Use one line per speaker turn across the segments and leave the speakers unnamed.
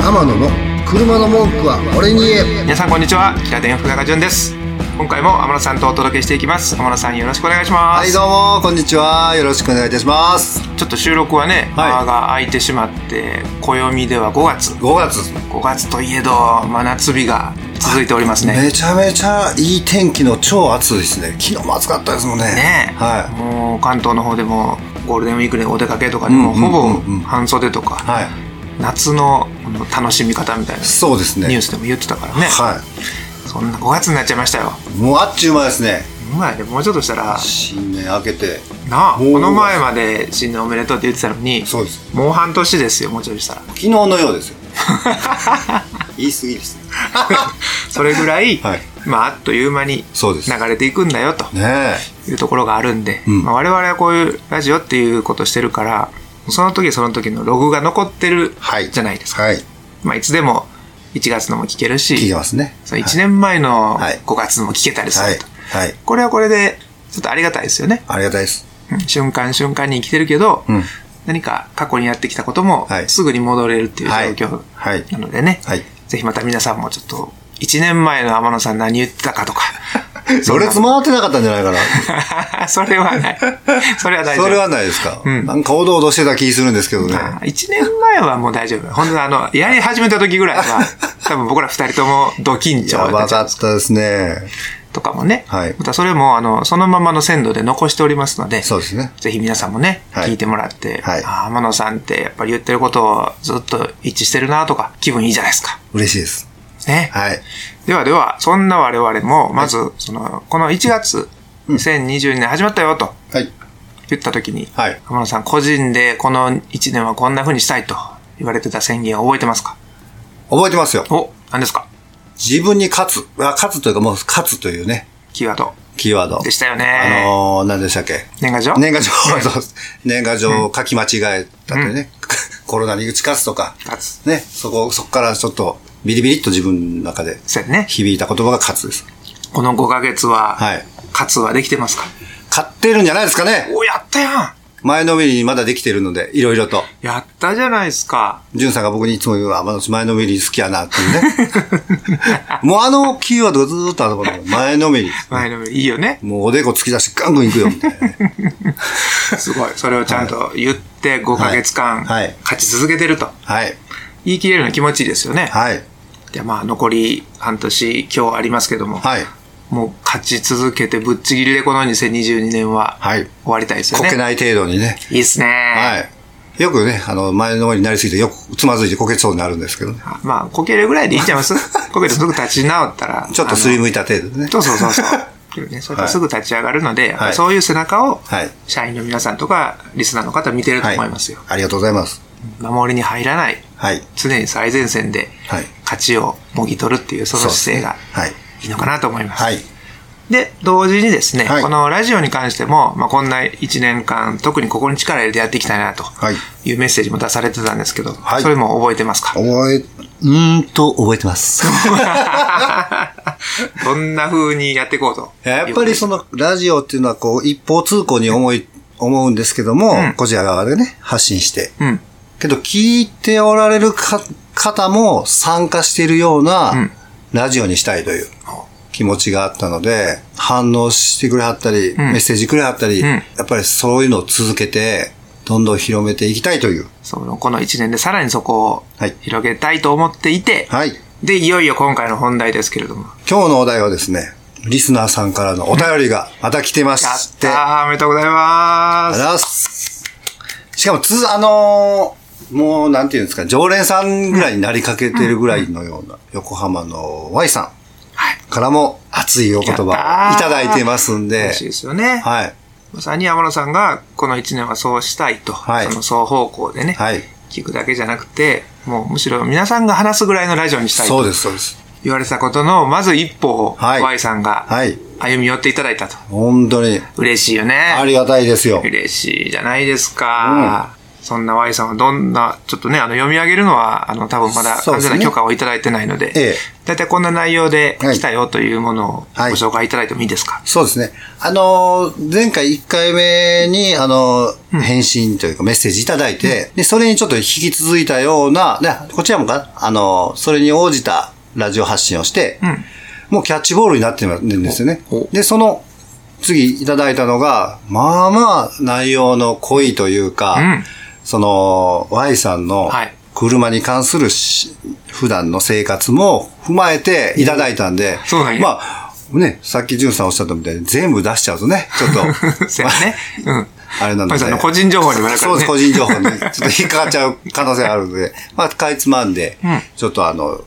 天野の車の文句は俺に言え
皆さんこんにちはキラデン福永潤です今回も天野さんとお届けしていきます天野さんよろしくお願いしま
はい
す、
どうもこんにちはよろしくお願いいたします
ちょっと収録はね、
はい
間が空いてしまって暦では5月
5月
5月といえど真夏日が続いておりますね
めちゃめちゃいい天気の超暑いですね昨日も暑かったですもんね
ね
は
もう関東の方でもゴールデンウィークでお出かけとかでも、
うんうんうんうん
ほぼ半袖とか、
いはい
夏のこの楽しみ方みたいな
そうですね
ニュースでも言ってたからね、
は
そんな5月になっちゃいましたよ
いもうあっちゅう間ですね
まあねもうちょっとしたら
新年明けて
なあ
もう
この前まで新年おめでとうって言ってたのに
そうです
もう半年ですよもうちょいしたら
昨日のよう ですよ言い過ぎですね
それぐらい、
はい
まああっという間に
そうです
流れていくんだよと
ね
いうところがあるんで、
うん
まあ、我々はこういうラジオっていうことしてるからその時その時のログが残ってる
はい
じゃないですか、
はい
まあ、いつでも1月のも聞ける
聞い
して
ますね
そう1年前の
はい
5月のも聞けたりす
はい
ると、
はい
これはこれでちょっとありがたいですよね
ありがたいです
うん瞬間瞬間に生きてるけど、
うん
何か過去にやってきたことも
はい
すぐに戻れるっていう状
はいはい
況なのでね、
はい
ぜひまた皆さんもちょっと1年前の天野さん何言ってたか とか
ろれつ回ってなかったんじゃないかな
それはない それは大丈夫
それはないですか、
うん
なんかおどおどしてた気するんですけどね
あ1年前はもう大丈夫。本当にあの、やり始めた時ぐら いは、多分僕ら二人ともド緊
や
張
ばかったですね
とかもね。
はい
またそれも、あの、そのままの鮮度で残しておりますので、
そうですね
ぜひ皆さんもね、
はい
聞いてもらって、
はい
ああ、天野さんってやっぱり言ってることをずっと一致してるなとか、気分いいじゃないですか。
嬉しいです
ね。
はい
ではでは、そんな我々も、まず、その、この1月、2022年始まったよと
はい
言った時に、
はい
天野さん個人でこの1年はこんな風にしたいと言われてた宣言を覚えてますか
覚えてますよ
お、何ですか
自分に勝つあ勝つというかもう勝つというね
キーワード。
キーワード
でしたよね
あのー、何でしたっけ
年賀状
年賀状 そうです年賀状を書き間違えたってね、 コロナに打ち勝つとか
勝つ
ねそこそこからちょっとビリビリっと自分の中で
そうやね。
響いた言葉が勝つです
この5ヶ月は、
はい
勝つはできてますか
勝ってるんじゃないですかね
お、やったやん
前のめりにまだできてるので、いろいろと。
やったじゃないですか。
ジュンさんが僕にいつも言う、あ、まだ前のめり好きやなっていう ね。もうあのキーワードがずーっとあの頃前のめり。
前のめりいいよね。
もうおでこ突き出してガンガン行くよ、みたいな ね。
すごい。それをちゃんと言って5ヶ月間、
はいはい
勝ち続けてると。
はい。
言い切れるの気持ちいいですよね。
はい。
じゃあまあ残り半年今日ありますけども、
はい。
もう勝ち続けてぶっちぎりでこの2022年は
はい
終わりたいですよ
こ
ね。
けない程度にね。
いいっすね。
はい。よくね、あの、前のめりになりすぎてよくつまずいてこけそうになるんですけどね。
あまあ、こけるぐらいでいいんちゃいます こけてすぐ立ち直ったら。
ちょっとすりむいた程度でね。
そうそうそ うそう。ね、それからすぐ立ち上がるので、やっぱりそういう背中を
はい、
社員の皆さんとか、リスナーの方見てると
はい。
思いますよ。
ありがとうございます。
守りに入らない、
はい。
常に最前線で
はい、
勝ちをもぎ取るっていう、その姿勢が
そうですね
いいのかなと思います。
はい。
で、同時にですね、
はい
このラジオに関しても、まあ、こんな1年間、特にここに力入れてやっていきたいなと
はい
いうメッセージも出されてたんですけど、
はい
それも覚えてますか
覚え、うーんと覚えてます。
どんな風にやっていこうと。
やっぱりそのラジオっていうのはこう一方通行に思い、思うんですけども、
うん
こちら側でね、発信して。
うん。
けど聞いておられるか方も参加しているようなんラジオにしたいという気持ちがあったので、反応してくれはったり、メッセージくれはったり、
ん
やっぱりそういうのを続けて、どんどん広めていきたいという。
その、この1年でさらにそこを
はい
広げたいと思っていて、
はい。
で、いよいよ今回の本題ですけれども。
今日のお題はですね、リスナーさんからのお便りがまた来てま
や
し
ってた、ーおめでとうござい
ありがとうござ
ます。
います。しかも、つ、あのーもう、なんていうんですか、常連さんぐらいになりかけてるぐらいのような、横浜の Y さ
はい
んからも熱いお言葉をいただいてますんで
嬉し、いですよね。
はい。
まさに山野さんが、この1年はそうしたいと、
はい
その双方向でね、
はい。
聞くだけじゃなくて、もうむしろ皆さんが話すぐらいのラジオにしたい
そう
と
です、そうです。
言われてたことの、まず一歩を、
はい
Y さんが
はい。
歩み寄っていただいたと。
本当に、
嬉しいよね。
ありがたいですよ。
嬉しいじゃないですか。そんな Y さんはどんな、ちょっとね、あの、読み上げるのは、あの、多分まだ
そうで
完
すね
全な許可をいただいてないので、
ええ
だいたいこんな内容で
はい
来たよというものをご
はい
紹介いただいてもいいですか、
そうですね。あのー、前回1回目に、あのー、返信というかメッセージいただいて、で、それにちょっと引き続いたような、ね、こちらもかな、あのー、それに応じたラジオ発信をして、
ん
もうキャッチボールになってるんですよね
おお。
で、その、次いただいたのが、まあまあ内容の濃いというか、
うん
その、Y さんの
はい
車に関するし普段の生活も踏まえていただいたんで、
そうなんや。
まあね、さっきんさんおっしゃったみたいに全部出しちゃうとね、ちょっと
そうやね。うん。
あれなんで
Y さんの個人情報にもなるから
そう
ね。
です、個人情報に。ちょっと引っかかっちゃう可能性があるので、まあ、かいつまんで、ちょっとあの、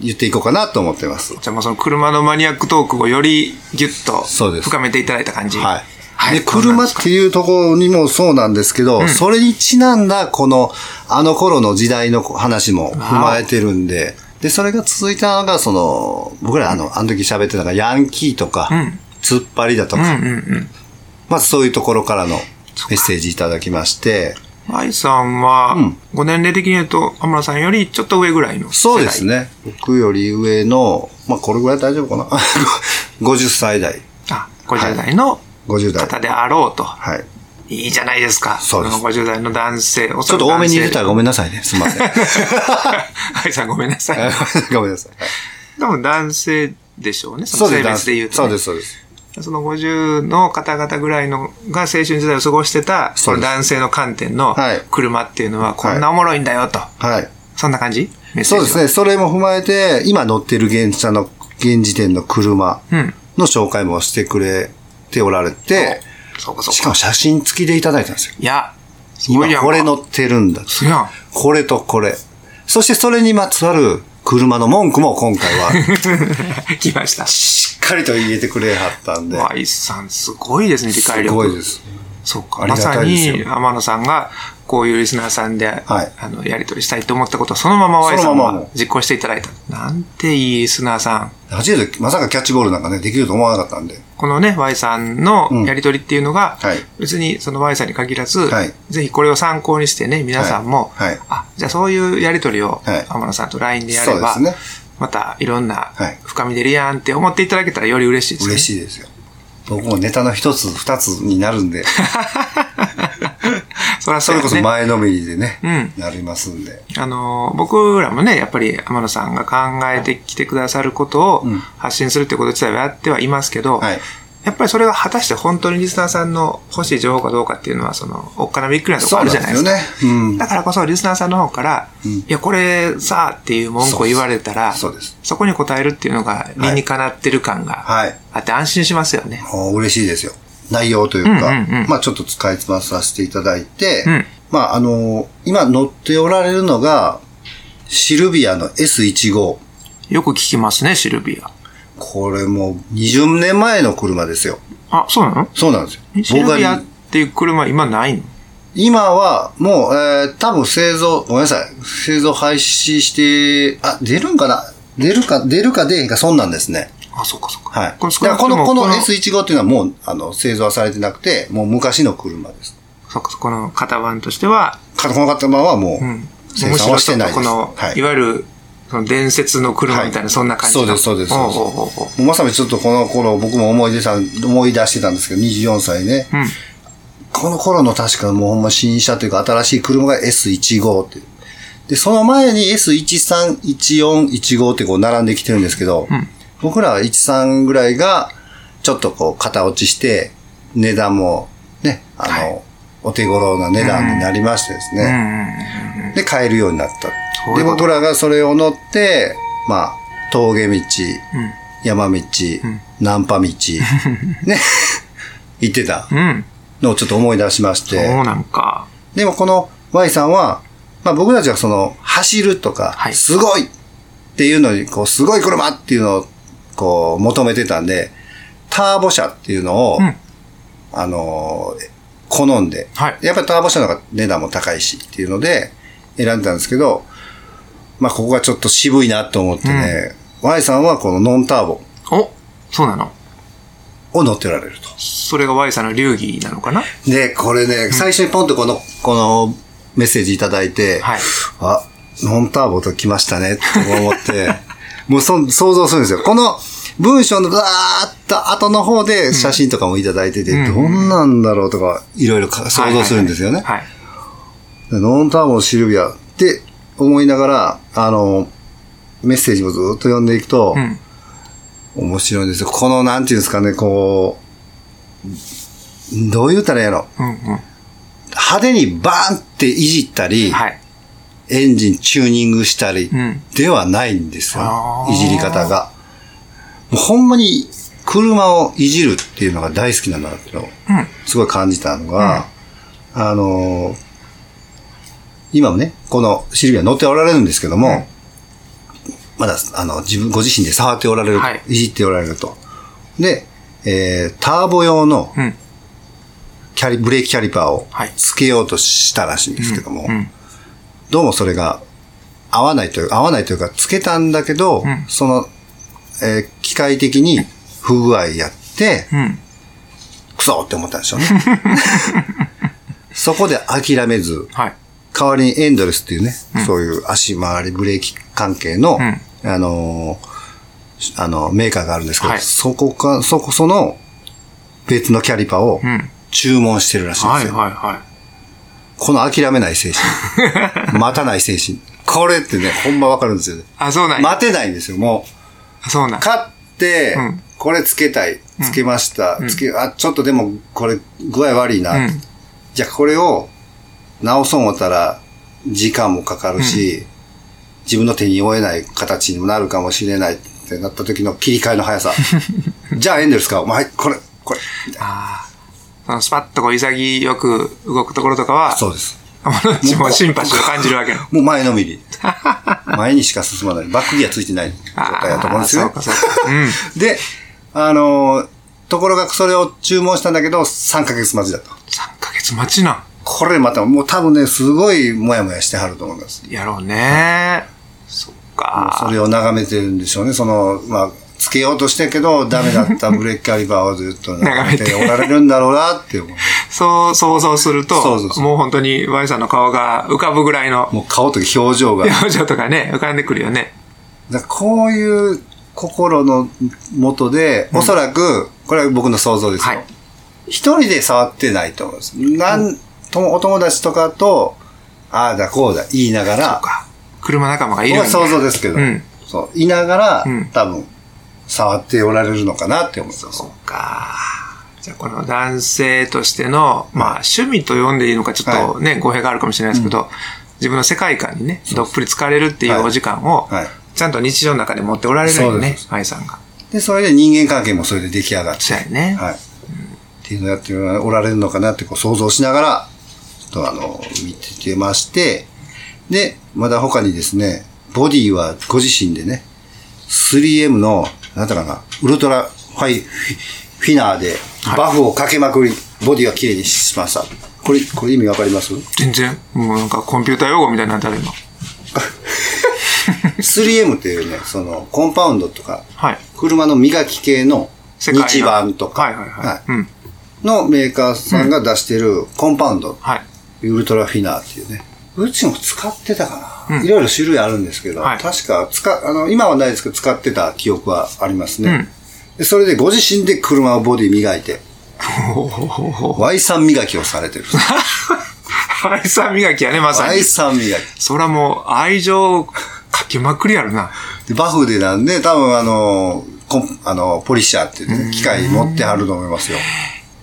言っていこうかなと思ってます。
じゃあもうその車のマニアックトークをよりギュッと
そうです
深めていただいた感じ。
はい。
はい。
で、車っていうところにもそうなんですけど、それにちなんだ、この、あの頃の時代の話も踏まえてるんで、で、それが続いたのが、その、僕らあの、あの時喋ってたのが、ヤンキーとか、
ん
突っ張りだと
うん
か、
うんうん。
まずそういうところからのメッセージいただきまして、
Y さんは
ん、
ご年齢的に言うと、アムラさんよりちょっと上ぐらいの世代。
そうですね。僕より上の、まあ、これぐらい大丈夫かな ?50 歳代、
あ、50代の
50代。
方であろうと。
はい。
いいじゃないですか。
そうです
この50代の男性。ちょっ
ちょっと多めに入れたら ご
ん。
めんなさいね。すみません。
はい、さんごめんなさい。
ごめんなさい。はい
多分男性でしょうね。そ
そ
の
うで
性
す、
別で言うと、。
そうですす、そうです。
その50の方々ぐらいのが青春時代を過ごしてた、
そ
そうの
です
男性の観点の
はい
車っていうのはこんなおもろいんだよと。
はい。
そんな感じメッセ
そう
ージ
ですね。それも踏まえて、今乗ってる現車の、現時点の車
うん
の紹介もしてくれておられて、
は。そうかそう
し
か。
かも写真付きでいただいたんですよ。
いや、すごいや
今
ん
これ
か。
乗ってるんだ。
すごい やん。
これとこれ。そしてそれにまつわる車の文句も今回 は
来ました。
しっかりと入れてくれはったんで。
ワイさん、すごいですね、理解
す
力。
ごいです。
そうか。
あ
ま
りが
さ
たいですよ
に、天野さんが、こういうリスナーさんで、
はい
あの、やり取りしたいと思ったことを、そのまま Y さん
そのまま
は
も
実行していただいた。なんていいリスナーさん。
初めてまさかキャッチボールなんかね、できると思わなかったんで。
このね、Y さんのやり取りっていうのが、
はい
別にその Y さんに限らず、
はい
ぜひこれを参考にしてね、皆さんも、
はいはい
あ、じゃあそういうやり取りを、
はい
天野さんと LINE でやれば、
そうですね
またいろんな
はい
深み出るやんって思っていただけたらより嬉しいですね。
嬉しいですよ。僕もネタの一つ、二つになるんで、
そりゃ
そ
そ
うれ
や
こそ
ね。
前のめりでね、
う
なりますんで。
あの、僕らもね、やっぱり天野さんが考えてきてくださることを
ん
発信するってこと自体はやってはいますけど、
はい
やっぱりそれが果たして本当にリスナーさんの欲しい情報かどうかっていうのは、その、おっかなびっくりなとこ
そ
あ
う
る
なん
じ
で
ゃない
すよ
ですか。
ね。うん。
だからこそ、リスナーさんの方から、いや、これさ、っていう文句を言われたら、
そうですそう
こに答えるっていうのが、理にかなってる感が
はい。
あって安心しますよね。
もう嬉しいですよ。内容というか、
うんうんうん
まあちょっと使いつまさせていただいて、
うん
まああの今乗っておられるのが、シルビアの S15。
よく聞きますね、シルビア。
これもう20年前の車ですよ。
あ、そうなの
そうなんですよ。
シル
僕
ビアっ
が
ていう車今ないの
今はもう、えー、多分製造、ごめんなさい。製造廃止して、あ、出るんかな出るか、出るか出えへんか、そんなんですね。
あ、そうかそうか。
はい。だ
これ少
か
な
ら
くと
こ
も
の、この
この
S15 っていうのはもう、あの、製造はされてなくて、もう昔の車です。
そうか、この型番としては、
かこの方はもう、
うん。
生
むし
産
ろ
は
ち
し
ょ
て
っ
ない
と
です。
この、
はい
い、わゆる、その伝説の車みたいな、
はい
そんな感じ
そうですそうです
お
そう
う
です
おうおうおう
もうまさにちょっとこの頃僕も思い出さん、思い出してたんですけど、24歳ね。
うん。
この頃の確かもうほんま新車というか新しい車が S15 っていう。で、その前に S13、14、15ってこう並んできてるんですけど、
ん
僕らは13ぐらいがちょっとこう型落ちして、値段もね、あの、
はい
お手頃な値段になりましてです
うんう
ね。
んうん
で、買えるようになった。
そうい
で、
うこと
僕らがそれを乗って、まあ、峠道、
うん。
山道、ナンパ道、 ね、行ってた
うん。うん。
のをちょっと思い出しまし
そう
て、
なんか。
でもこの Y さんは、まあ僕たちはその、走るとか、
はい
すごいっていうのに、こう、すごい車っていうのを、こう、求めてたんで、ターボ車っていうのを、
うん
あのー好んで、
はい
やっぱりターボ車の方が値段も高いしっていうので、選んでたんですけど、まあここがちょっと渋いなと思ってね、Y さんはこのノンターボ
おそうなの
を乗っておられると。
それが Y さんの流儀なのかな
で、これね、最初にポンとこの、この、メッセージいただいて、
はい
あ、ノンターボと来ましたねって思って、 もうそ想像するんですよ。この文章のだーっと後の方で写真とかもいただいてて、どんなんだろうとか、いろいろか想像するんですよね。
はい。
でノンターボのシルビアって思いながら、あの、メッセージもずっと読んでいくと、
うん。
面白いんですよ。この、なんていうんですかね、こう、どう言ったらええの
うんうん。
派手にバーンっていじったり、
はい。
エンジンチューニングしたり
うん
ではないんですよ、
あー
いじり方が。もうほんまに車をいじるっていうのが大好きなんだなっていうのを
うん。
すごい感じたのが、あのー今もね、このシルビアに乗っておられるんですけども、
うん
まだ、あの、自分、ご自身で触っておられる、
はい
い、じっておられると。で、えー、ターボ用の
うん。
キャリ、ブレーキキャリパーを
はい
つけようとしたらしいんですけども、
うん。
どうもそれが合わないという、合わないというか、つけたんだけど、
ん
その、えー機械的に不具合やって、
うん。
クソって思ったんで しょうね。そこで諦めず、
はい。
代わりにエンドレスっていうね、そういう足回りブレーキ関係の、
う
あのーあの、メーカーがあるんですけど、
はい
そこか、そこ、その、別のキャリパーを
うん。
注文してるらしいんで
は
す
い
よ。
はいは
この諦めない精 神。待たない精神。これってね、ほんまわかるんですよね。
い。あ、そうなんや。
待てないんですよ、も
そうなん
う。買って
うん、
これつけたい。つけました。つけ、あ、ちょっとでも、これ、具合悪いな。
うん
じゃあ、これを、直そう思ったら、時間もかかるし、自分の手に負えない形にもなるかもしれないってなった時の切り替えの速 さ。じゃあ、エンデルスか。お前、これ、これ。
ああ。そのスパッとこう潔く動くところとかは、
そうです。
友達もシンパシーを感じるわけの。
もう前のみに。前にしか進まない。バックギアついてない状態だと思うんですよ、
あーそうかそうか。うん。
で、あのーところがそれを注文したんだけど、3ヶ月待ちだと。
3ヶ月待ちなん。
これまた、もう多分ね、すごいモヤモヤしてはると思います。
やろうね。そっ
そ
か。
れを眺めてるんでしょうね。その、まあ、つけようとしてけど、ダメだったブレーキカリバーをずっ と眺めておられるんだろうなって思う。
そう想像すると、
そうそうそう
もう本当に Y さんの顔が浮かぶぐらいの
もう顔とか表情が。だか
表情とかね、浮かんでくるよね。
らこういう心のもとで、おそらく、これは僕の想像ですよ。
はい
一人で触ってないと思うんです。なん、ともお友達とかと、ああだこうだ言いながら、
か車仲間がいる
僕
ん
は想
だ
像ですけど、
うん
そう、いながら、
うん
多分、触っておられるのかなって思うんですよ。
そうか。じゃあこの男性としての、まあ趣味と呼んでいいのかちょっとね、語弊があるかもしれないですけど、自分の世界観にね、どっぷり疲れるってい
は
う
い
お時間を、
はい
ちゃんと日常の中で持っておられるよ
そう
ね
で、
愛さんが。
で、それで人間関係もそれで出来上がって、
そうやね。
はい。っていうのをやっておられるのかなってこう想像しながら、ちょっとあの、見ててまして、で、まだ他にですね、ボディはご自身でね、3M の、なんだかな、ウルトラファイ、フィフィナーで、バフをかけまくり、ボディは綺麗にしました。これ、これ意味わかります
全然、もうなんかコンピューター用語みたいになってある今。
3M っていうね、その、コンパウンドとか、
はい。
車の磨き系の
世界の
日版とか、
はいはいはい。うん。
のメーカーさんが出してるコンパウンド、
はい。
ウルトラフィナーっていうね。うちも使ってたかな。
うん
いろいろ種類あるんですけど、
はい
確か使、あの、今はないですけど、使ってた記憶はあります
うん
ね。でそれでご自身で車をボディ磨いて、
ほほほほ。
Y さん磨きをされて る。
愛さん磨きやね、まさに
Y。さん磨き。
そらもう愛情かけまくりやるな。
でバフでなんで、多分あの、コンあの、ポリッシャーっていうね、機械持ってはると思いますよ。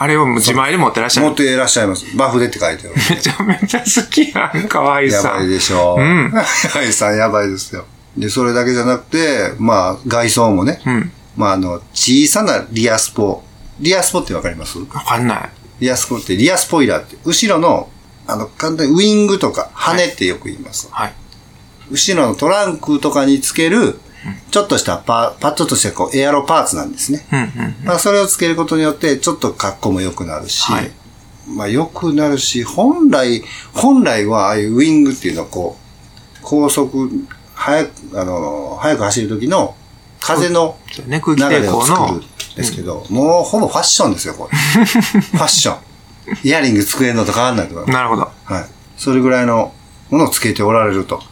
あれをもう自前で持ってらっしゃ
持
る
っ。ていらっしゃいます。バフでって書いてある。
めちゃめちゃ好きやん、かわい
や
さ
ばい
ん。
でしょう。
ん
はい、さんやばいですよ。で、それだけじゃなくて、まあ、外装もね、
うん。
まあ、あの、小さなリアスポ。リアスポってわかります
わかんない。
リアスポって、リアスポイラーって、後ろの、あの、簡単にウィングとか、羽ってよく言います。
はい。
後ろのトランクとかにつける、ちょっとしたパ、パッととしたこう、エアロパーツなんですね。
うんうん。
まあ、それをつけることによって、ちょっと格好も良くなるし、
はい
まあ、良くなるし、本来、本来は、ああいうウィングっていうのは、こう、高速、速く、あの、速く走る時の、風の
そうね、空気
流
抵
れを
抗
作る
の
ん。ですけど、もうほぼファッ ションですよ、これ。ファッション。イヤリング机のと変わんないとか。
なるほど。
はい。それぐらいのものをつけておられると。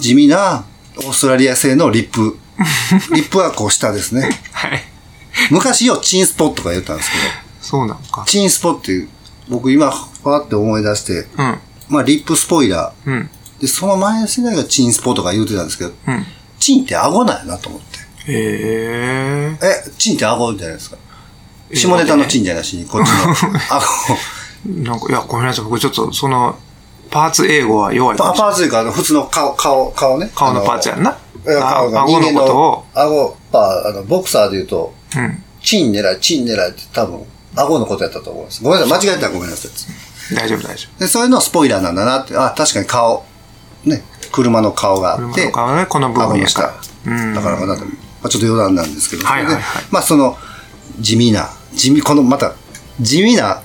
地味なオーストラリア製のリップ。リップはこう下ですね。
はい。
昔よ、チンスポとか言ったんですけど、
そうなのか。
チンスポっていう、僕今、ふわって思い出して、
うん。
まあ、リップスポイラー。
うん。
で、その前の世代がチンスポとか言うてたんですけど、
うん。
チンって顎なんやなと思って。
へえ。
え、チンって顎じゃないですか。下ネタのチンじゃなし に、こっちの顎。
なんか、いや、ごめんなさい。僕ちょっと、その、パーツ英語は弱いか
パ
もしれ
パ
ない。
ーツというか、あの普通の顔、顔、顔ね。
顔のパーツやんな。
あの。え顔が
あ顎の
人間
ことを。
顎、パー、あの、ボクサーで言うと、
うん。
チン狙い、チン狙いって多分、顎のことやったと思うんです。ごめんなさい、間違えたらごめんなさい。
大丈夫、大丈夫。
で、そういうのスポイラーなんだなって、あ、確かに顔、ね、車の顔があっ
車
て
の、顔ね、この部
顎
分
の
や
下
か。うん
だからまあなんか、まあちょっと余談なんですけど、
はいはいはい
それでまあその、地味な、地味、このまた、地味な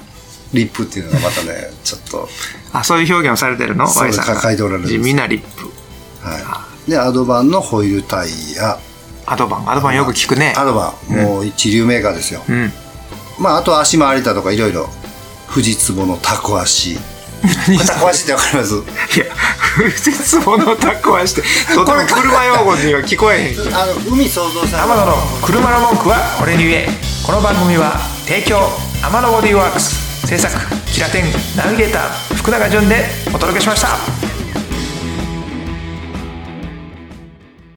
リップっていうのがまたね、ちょっと、
ら。あ、そういう表現をされてるの
そう
?Y さんが。
書いておられるんです
地味なリップ。
はい。で、アドバンのホイールタイヤ、
アドバン。アドバンよく聞くね。
アドバン、もう一流メーカーですよ。
うん。
まああと足回りだとかいろいろ、富士壺のタコ足。 タコ足ってわかります
いや、不絶望のタックはして、とても車用語には聞こえへんけど。
あの、海想像され
天野の車の文句は俺に言えこの番組は提供天野ボディーワークス制作キラテンナビゲーター福永潤でお届けしました